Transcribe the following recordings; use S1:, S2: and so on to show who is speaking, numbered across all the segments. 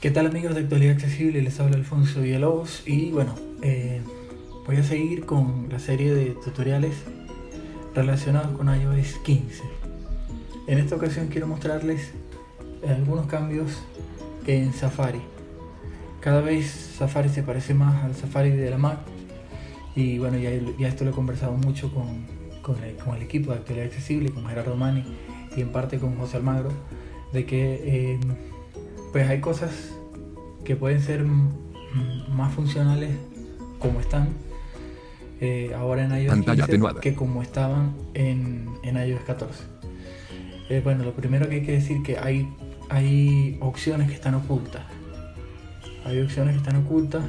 S1: ¿Qué tal amigos de Actualidad Accesible? Les habla Alfonso Villalobos y bueno, eh, voy a seguir con la serie de tutoriales relacionados con iOS 15. En esta ocasión quiero mostrarles algunos cambios en Safari. Cada vez Safari se parece más al Safari de la Mac y bueno, ya, ya esto lo he conversado mucho con, con, el, con el equipo de Actualidad Accesible, con Gerardo Mani y en parte con José Almagro, de que eh, pues hay cosas que pueden ser más funcionales como están eh, ahora en iOS 15 que como estaban en, en iOS 14. Eh, bueno, lo primero que hay que decir que hay, hay opciones que están ocultas. Hay opciones que están ocultas.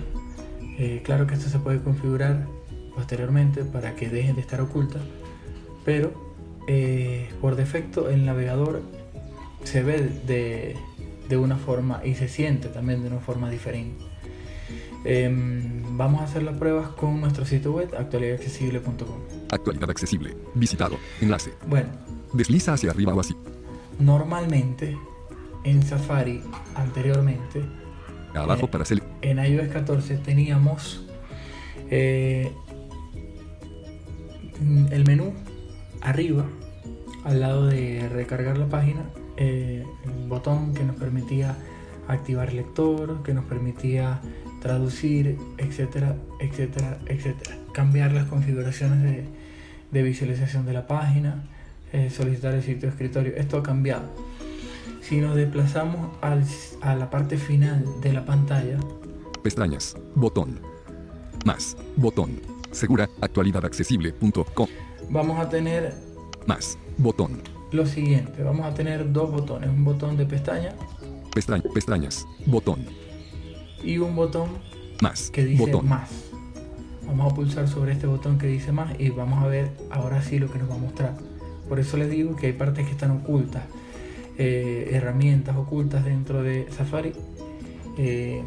S1: Eh, claro que esto se puede configurar posteriormente para que dejen de estar ocultas, pero eh, por defecto el navegador se ve de, de una forma y se siente también de una forma diferente. Eh, vamos a hacer las pruebas con nuestro sitio web actualidadaccesible.com.
S2: Actualidad accesible. Visitado. Enlace.
S1: Bueno.
S2: Desliza hacia arriba o así.
S1: Normalmente en Safari anteriormente.
S2: Abajo
S1: eh,
S2: para hacer.
S1: En iOS 14 teníamos eh, el menú arriba al lado de recargar la página eh, el botón que nos permitía activar lector, que nos permitía traducir, etcétera, etcétera, etcétera. Cambiar las configuraciones de, de visualización de la página, eh, solicitar el sitio de escritorio. Esto ha cambiado. Si nos desplazamos al, a la parte final de la pantalla,
S2: pestañas, botón, más, botón, segura, actualidadaccesible.com.
S1: Vamos a tener
S2: más, botón,
S1: lo siguiente. Vamos a tener dos botones, un botón de pestaña,
S2: pestaña pestañas, botón
S1: y un botón
S2: más
S1: que dice
S2: botón.
S1: más. Vamos a pulsar sobre este botón que dice más y vamos a ver ahora sí lo que nos va a mostrar. Por eso les digo que hay partes que están ocultas, eh, herramientas ocultas dentro de Safari eh,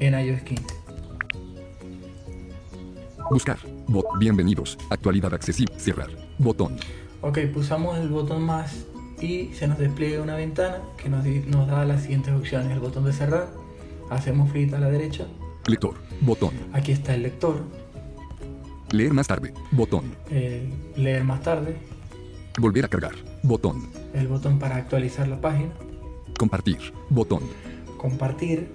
S1: en iOS 15.
S2: Buscar. Bot. Bienvenidos. Actualidad accesible. Cerrar. Botón.
S1: Ok, pulsamos el botón más y se nos despliega una ventana que nos, di- nos da las siguientes opciones. El botón de cerrar, hacemos clic a la derecha,
S2: Lector. Botón.
S1: aquí está el lector,
S2: Leer más tarde. Botón.
S1: eh, leer más tarde,
S2: Volver a cargar. Botón.
S1: el botón para actualizar la página,
S2: Compartir. Botón.
S1: compartir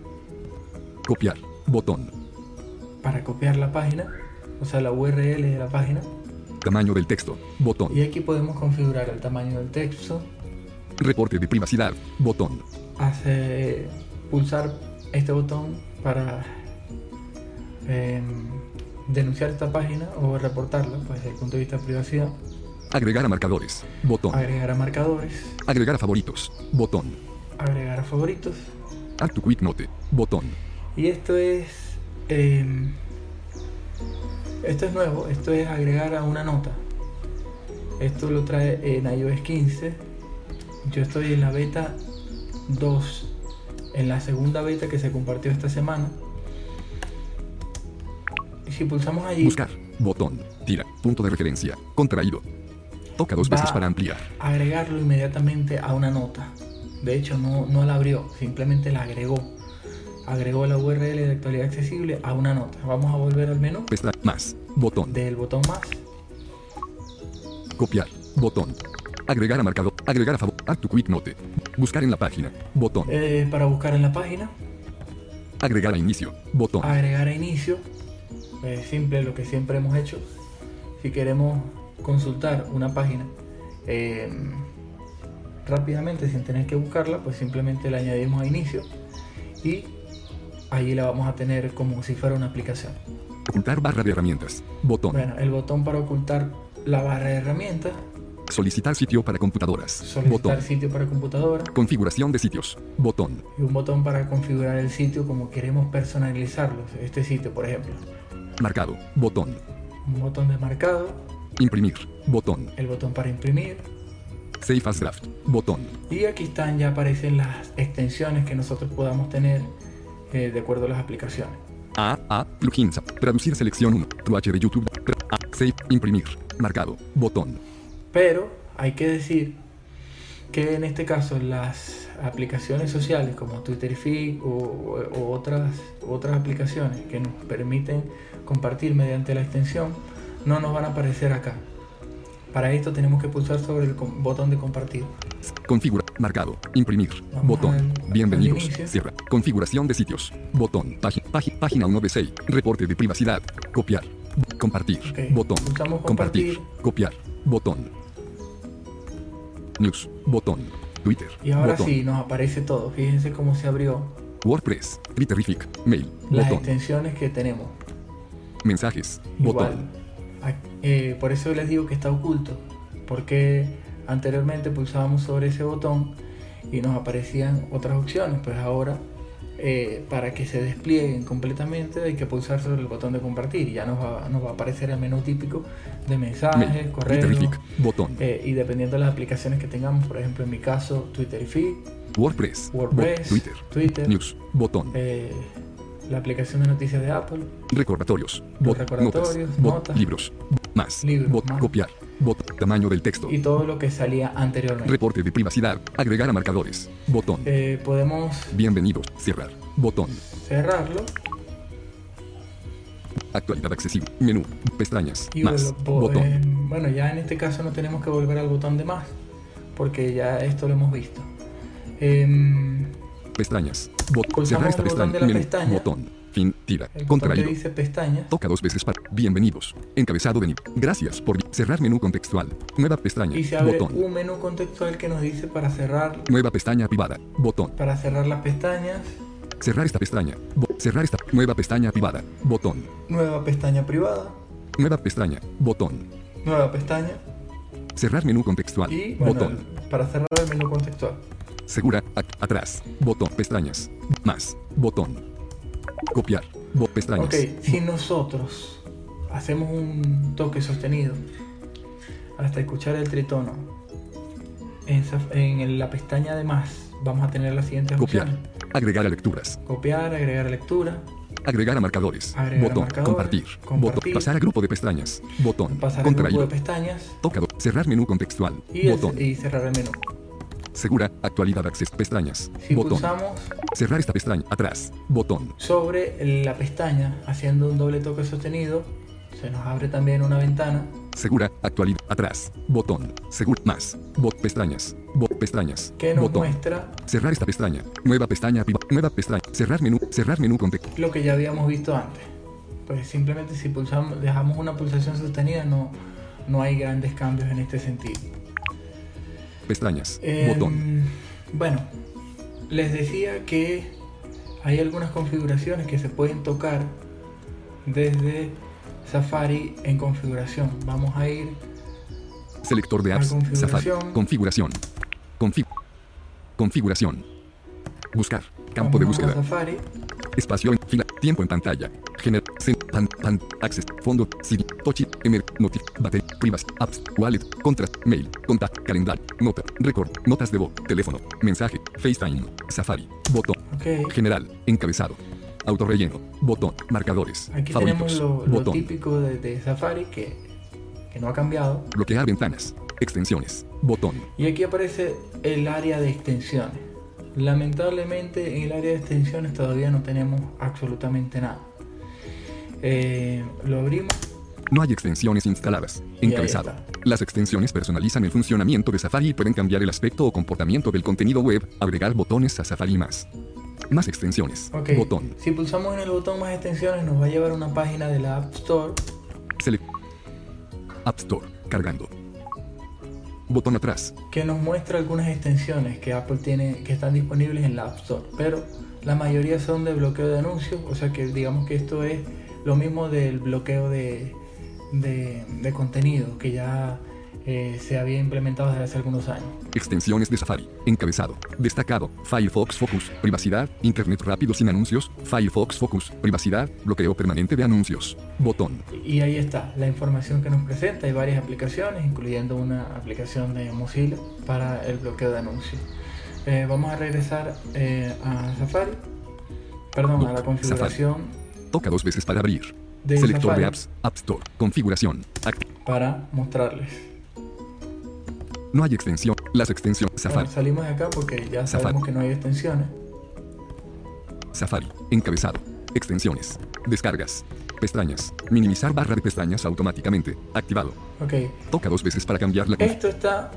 S2: Copiar. Botón.
S1: para copiar la página, o sea la URL de la página,
S2: Tamaño del texto. Botón.
S1: y aquí podemos configurar el tamaño del texto,
S2: Reporte de privacidad. Botón.
S1: hace pulsar este botón para eh, denunciar esta página o reportarla pues, desde el punto de vista de privacidad,
S2: Agregar a marcadores. Botón.
S1: agregar a marcadores,
S2: Agregar a favoritos. Botón.
S1: agregar a favoritos
S2: Add to quick note. Botón.
S1: y esto es eh, esto es nuevo, esto es agregar a una nota. Esto lo trae en iOS 15. Yo estoy en la beta 2, en la segunda beta que se compartió esta semana. Y si pulsamos allí,
S2: Buscar. Botón. Tira. Punto de referencia. Contraído. Toca dos veces
S1: Va.
S2: para ampliar.
S1: agregarlo inmediatamente a una nota. De hecho, no, no la abrió, simplemente la agregó. Agregó la URL de actualidad accesible a una nota. Vamos a volver al menú
S2: Pesta. Más. Botón.
S1: del botón más
S2: Copiar. Botón. Agregar a marcador. Agregar a favor. Add to quick note. Buscar en la página. Botón.
S1: eh, para buscar en la página,
S2: Agregar a inicio. Botón.
S1: agregar a inicio, es simple lo que siempre hemos hecho. Si queremos consultar una página eh, rápidamente sin tener que buscarla, pues simplemente la añadimos a inicio y allí la vamos a tener como si fuera una aplicación.
S2: Ocultar barra de herramientas. Botón.
S1: Bueno, el botón para ocultar la barra de herramientas,
S2: Solicitar sitio para computadoras.
S1: solicitar
S2: Botón.
S1: sitio para computadora
S2: Configuración de sitios. Botón.
S1: y un botón para configurar el sitio como queremos personalizarlo, este sitio por ejemplo.
S2: Marcado. Botón.
S1: Un botón de marcado,
S2: Imprimir. Botón.
S1: el botón para imprimir,
S2: Save as draft. Botón.
S1: Y aquí están, ya aparecen las extensiones que nosotros podamos tener eh, de acuerdo a las aplicaciones.
S2: A. A. Plugins. Traducir selección 1. Tu H de YouTube. Tra- A. Save. Imprimir. Marcado. Botón.
S1: Pero hay que decir que en este caso las aplicaciones sociales como Twitterific o, o- o otras, otras aplicaciones que nos permiten compartir mediante la extensión no nos van a aparecer acá. Para esto tenemos que pulsar sobre el com- botón de compartir.
S2: Configura. Marcado. Imprimir.
S1: Vamos
S2: Botón.
S1: al- al
S2: Bienvenidos.
S1: inicio.
S2: Cierra. Configuración de sitios. Botón. Página. página 1 de 6. Reporte de privacidad. Copiar. Compartir.
S1: Ok,
S2: Botón.
S1: pulsamos
S2: Compartir. Copiar. Botón. News. Botón. Twitter.
S1: Y ahora
S2: botón.
S1: sí nos aparece todo. Fíjense cómo se abrió
S2: WordPress. Twitterific. Mail.
S1: las
S2: Botón.
S1: extensiones que tenemos.
S2: Mensajes.
S1: Igual.
S2: Botón.
S1: Ah, eh, por eso les digo que está oculto. Porque anteriormente pulsábamos sobre ese botón y nos aparecían otras opciones. Pues ahora, eh, para que se desplieguen completamente, hay que pulsar sobre el botón de compartir. Y ya nos va, nos va a aparecer el menú típico de mensajes,
S2: Mail.
S1: correos.
S2: Twitterific. Botón.
S1: eh, y dependiendo de las aplicaciones que tengamos, por ejemplo, en mi caso, Twitter Feed,
S2: WordPress. Bo-
S1: WordPress,
S2: Twitter.
S1: Twitter,
S2: News. Botón.
S1: eh, la aplicación de noticias de Apple,
S2: Recordatorios.
S1: Los
S2: Bot,
S1: recordatorios,
S2: notas, bot,
S1: notas.
S2: libros. bot, más.
S1: Libros,
S2: bot,
S1: más.
S2: copiar. Bot, tamaño del texto.
S1: y todo lo que salía anteriormente.
S2: Reporte de privacidad. Agregar a marcadores. Botón.
S1: Eh, podemos
S2: Bienvenidos. Cerrar. Botón.
S1: cerrarlo
S2: Actualidad accesible. Menú. Pestañas.
S1: y
S2: más.
S1: vol- vo-
S2: Botón.
S1: eh, bueno, ya en este caso no tenemos que volver al botón de más, porque ya esto lo hemos visto. Em,
S2: Pestañas. Bot,
S1: pulsamos
S2: cerrar esta
S1: el botón
S2: pestaña.
S1: de la
S2: Menú.
S1: pestaña.
S2: Botón. Fin. Tira.
S1: el botón que
S2: Contraído.
S1: dice pestaña,
S2: Toca dos veces para. Bienvenidos. Encabezado de ni- Gracias por vi- cerrar menú contextual. Nueva pestaña.
S1: y se abre
S2: Botón.
S1: un menú contextual que nos dice para cerrar,
S2: Nueva pestaña privada. Botón.
S1: para cerrar las pestañas,
S2: Cerrar esta pestaña. Bo- cerrar esta. Nueva pestaña privada. Botón.
S1: nueva pestaña privada,
S2: Nueva pestaña. Botón.
S1: nueva pestaña
S2: Cerrar menú contextual.
S1: y bueno,
S2: Botón.
S1: para cerrar el menú contextual.
S2: Segura. Ac- atrás. Botón. Pestañas. Más. Botón. Copiar. Bo- pestañas.
S1: Ok, si nosotros hacemos un toque sostenido hasta escuchar el tritono en, esa- en el- la pestaña de más, vamos a tener las siguientes
S2: Copiar.
S1: opciones.
S2: Agregar a lecturas.
S1: Copiar, agregar lectura,
S2: Agregar a marcadores.
S1: Agregar a
S2: Botón.
S1: marcadores.
S2: compartir. Botón.
S1: Compartir.
S2: Pasar a grupo de pestañas. Botón.
S1: pasar al grupo de
S2: Contraído.
S1: pestañas
S2: Toca do- Cerrar menú contextual.
S1: y, el-
S2: Botón.
S1: y cerrar el menú.
S2: Segura. Actualidad acceso. Pestañas.
S1: Si
S2: Botón.
S1: pulsamos
S2: Cerrar esta pestaña. Atrás. Botón.
S1: sobre la pestaña haciendo un doble toque sostenido, se nos abre también una ventana.
S2: Segura, actualidad, atrás, botón, segura, más, bot, pestañas, bot, pestañas,
S1: que nos
S2: botón,
S1: muestra
S2: cerrar esta pestaña, nueva pestaña, piva- nueva pestaña, cerrar menú, cerrar menú, con
S1: lo que ya habíamos visto antes. Pues simplemente si pulsamos, dejamos una pulsación sostenida no, no hay grandes cambios en este sentido.
S2: pestañas,
S1: Em,
S2: botón,
S1: Bueno, les decía que hay algunas configuraciones que se pueden tocar desde Safari en configuración. Vamos a ir
S2: selector de
S1: la
S2: apps, Safari,
S1: configuración.
S2: configuración, config, configuración, buscar, campo de
S1: vamos a
S2: búsqueda,
S1: Safari
S2: espacio en fila, tiempo en pantalla, generar, pan, pan, access, fondo, CD, tochi, emer, notif, batería, privas, apps, wallet, contras, mail, contact, calendario, nota, record, notas de voz, teléfono, mensaje, FaceTime, Safari, botón,
S1: ok.
S2: general, encabezado, autorrelleno, botón, marcadores,
S1: Aquí tenemos
S2: favoritos,
S1: lo, lo
S2: botón,
S1: típico de, de Safari que, que no ha cambiado.
S2: bloquear ventanas, extensiones, botón,
S1: Y aquí aparece el área de extensiones. Lamentablemente en el área de extensiones todavía no tenemos absolutamente nada. Eh, lo abrimos.
S2: no hay extensiones instaladas,
S1: ahí
S2: encabezado.
S1: está.
S2: Las extensiones personalizan el funcionamiento de Safari y pueden cambiar el aspecto o comportamiento del contenido web, agregar botones a Safari más. Más extensiones,
S1: Ok.
S2: botón,
S1: Si pulsamos en el botón más extensiones nos va a llevar a una página de la App Store.
S2: select, App Store, cargando. Botón atrás,
S1: que nos muestra algunas extensiones que Apple tiene que están disponibles en la App Store, pero la mayoría son de bloqueo de anuncios, o sea que digamos que esto es lo mismo del bloqueo de, de, de contenido que ya eh, se había implementado desde hace algunos años.
S2: Extensiones de Safari. Encabezado. Destacado. Firefox Focus. Privacidad. Internet rápido sin anuncios. Firefox Focus. Privacidad. Bloqueo permanente de anuncios. Botón.
S1: Y ahí está la información que nos presenta. Hay varias aplicaciones, incluyendo una aplicación de Mozilla para el bloqueo de anuncios. Eh, vamos a regresar eh, a Safari, perdón, a la
S2: Safari.
S1: configuración
S2: Toca dos veces para abrir.
S1: de
S2: Selector
S1: Safari.
S2: de apps. App Store. Configuración. Act-
S1: para mostrarles.
S2: no hay extensión. Las extensiones Safari.
S1: Bueno, salimos de acá porque ya sabemos
S2: Safari.
S1: que no hay extensiones.
S2: Safari. Encabezado. Extensiones. Descargas. Pestañas. Minimizar barra de pestañas automáticamente. Activado.
S1: Ok,
S2: Toca dos veces para cambiar la conf-
S1: esto está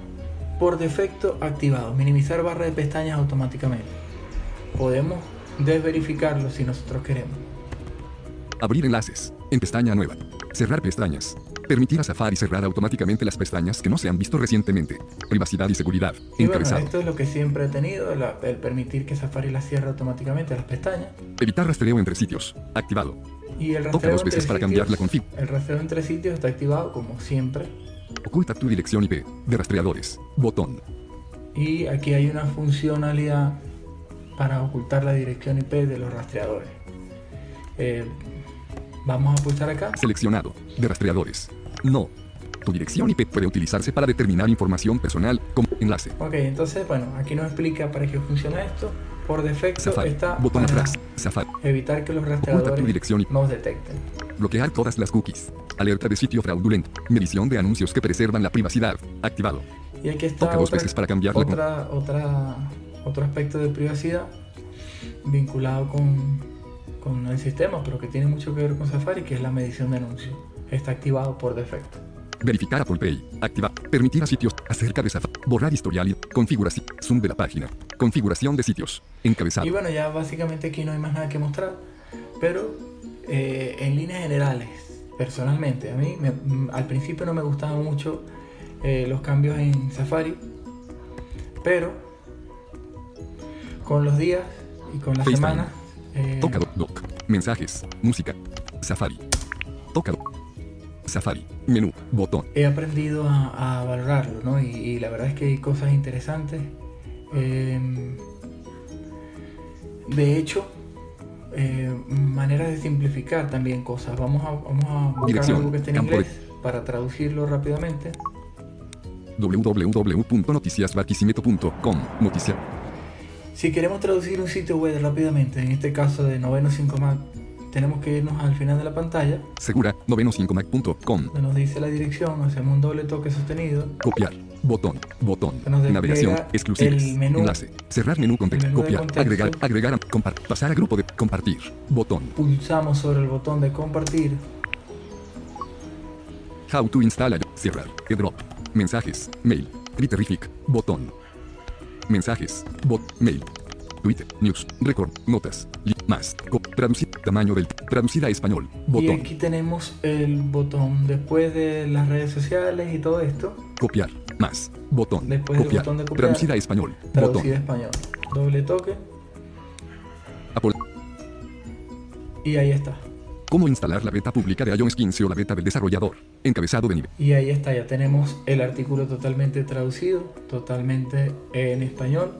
S1: por defecto activado. Minimizar barra de pestañas automáticamente. Podemos desverificarlo si nosotros queremos.
S2: Abrir enlaces. En pestaña nueva. Cerrar pestañas. Permitir a Safari cerrar automáticamente las pestañas que no se han visto recientemente. Privacidad y seguridad.
S1: Y bueno,
S2: Encabezado.
S1: esto es lo que siempre he tenido, la- el permitir que Safari las cierre automáticamente las pestañas.
S2: Evitar rastreo entre sitios. Activado.
S1: Y el
S2: Toca
S1: rastreo
S2: dos
S1: entre
S2: veces para
S1: sitios-
S2: cambiar la config.
S1: El rastreo entre sitios está activado como siempre.
S2: Oculta tu dirección IP. De rastreadores. Botón.
S1: Y aquí hay una funcionalidad para ocultar la dirección IP de los rastreadores. Eh, vamos a pulsar acá.
S2: Seleccionado. De rastreadores. No. Tu dirección IP puede utilizarse para determinar información personal como enlace.
S1: Ok, entonces, bueno, aquí nos explica para qué funciona esto. Por defecto
S2: Safari.
S1: está
S2: Botón
S1: para
S2: atrás. Safari.
S1: evitar que los
S2: Oculta tu
S1: rastreadores
S2: dirección IP.
S1: nos detecten.
S2: Bloquear todas las cookies. Alerta de sitio fraudulento. Medición de anuncios que preservan la privacidad. Activado.
S1: Y aquí está
S2: Toca dos
S1: otra-
S2: veces para cambiar la conf-
S1: otra, otra, otro aspecto de privacidad vinculado con, con el sistema, pero que tiene mucho que ver con Safari, que es la medición de anuncios. Está activado por defecto.
S2: Verificar Apple Pay. Activar. Permitir a sitios acerca de Safari. Borrar historial y configuración. Zoom de la página. Configuración de sitios. Encabezado.
S1: Y bueno, ya básicamente aquí no hay más nada que mostrar, pero eh, en líneas generales, personalmente, a mí me- mm, al principio no me gustaban mucho eh, los cambios en Safari, pero con los días y con las
S2: FaceTime.
S1: semanas... eh,
S2: Toca doc, doc. Mensajes. Música. Safari. Toca doc. Safari. Menú. Botón.
S1: he aprendido a, a valorarlo, ¿no? Y, y la verdad es que hay cosas interesantes. Eh, de hecho, eh, maneras de simplificar también cosas. Vamos a, vamos a buscar
S2: Dirección,
S1: algo que esté en
S2: campo de-
S1: inglés para traducirlo rápidamente.
S2: www.noticiasbarquisimeto.com. Noticia.
S1: Si queremos traducir un sitio web rápidamente, en este caso de noveno 5 Mac, tenemos que irnos al final de la pantalla,
S2: Segura. noveno5mac.com.
S1: donde nos dice la dirección, hacemos un doble toque sostenido,
S2: Copiar. Botón. Botón.
S1: Nos despliega
S2: Navegación.
S1: el
S2: Exclusivas.
S1: menú.
S2: Enlace. Cerrar menú contexto.
S1: El menú de
S2: copiar.
S1: contexto.
S2: Agregar. Agregar. compar- pasar a grupo de compartir. Botón.
S1: pulsamos sobre el botón de compartir
S2: How to install. a- Cerrar. Drop. Mensajes. Mail. Twitterific. Botón. Mensajes. Bot. Mail. Twitter. News. Record. Notas. Li- más. Co- traducir. Tamaño del. Traducida a español.
S1: Y
S2: Botón.
S1: aquí tenemos el botón después de las redes sociales y todo esto,
S2: Copiar. Más. Botón.
S1: Después del botón de copiar.
S2: Traducida a español.
S1: traducido a
S2: Botón.
S1: español. Doble toque
S2: Apple.
S1: y ahí está.
S2: Cómo instalar la beta pública de iOS 15 o la beta del desarrollador. Encabezado de nivel.
S1: Y ahí está, ya tenemos el artículo totalmente traducido, totalmente en español,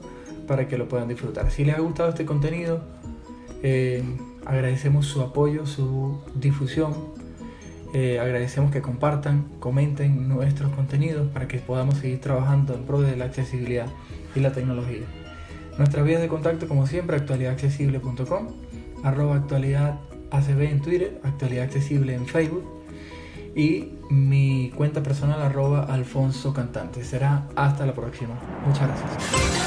S1: para que lo puedan disfrutar. Si les ha gustado este contenido, eh, agradecemos su apoyo, su difusión. eh, agradecemos que compartan, comenten nuestros contenidos para que podamos seguir trabajando en pro de la accesibilidad y la tecnología. Nuestras vías de contacto, como siempre, actualidadaccesible.com, arroba actualidadacb en Twitter, actualidad accesible en Facebook y mi cuenta personal arroba alfonso cantante. Será hasta la próxima. Muchas gracias.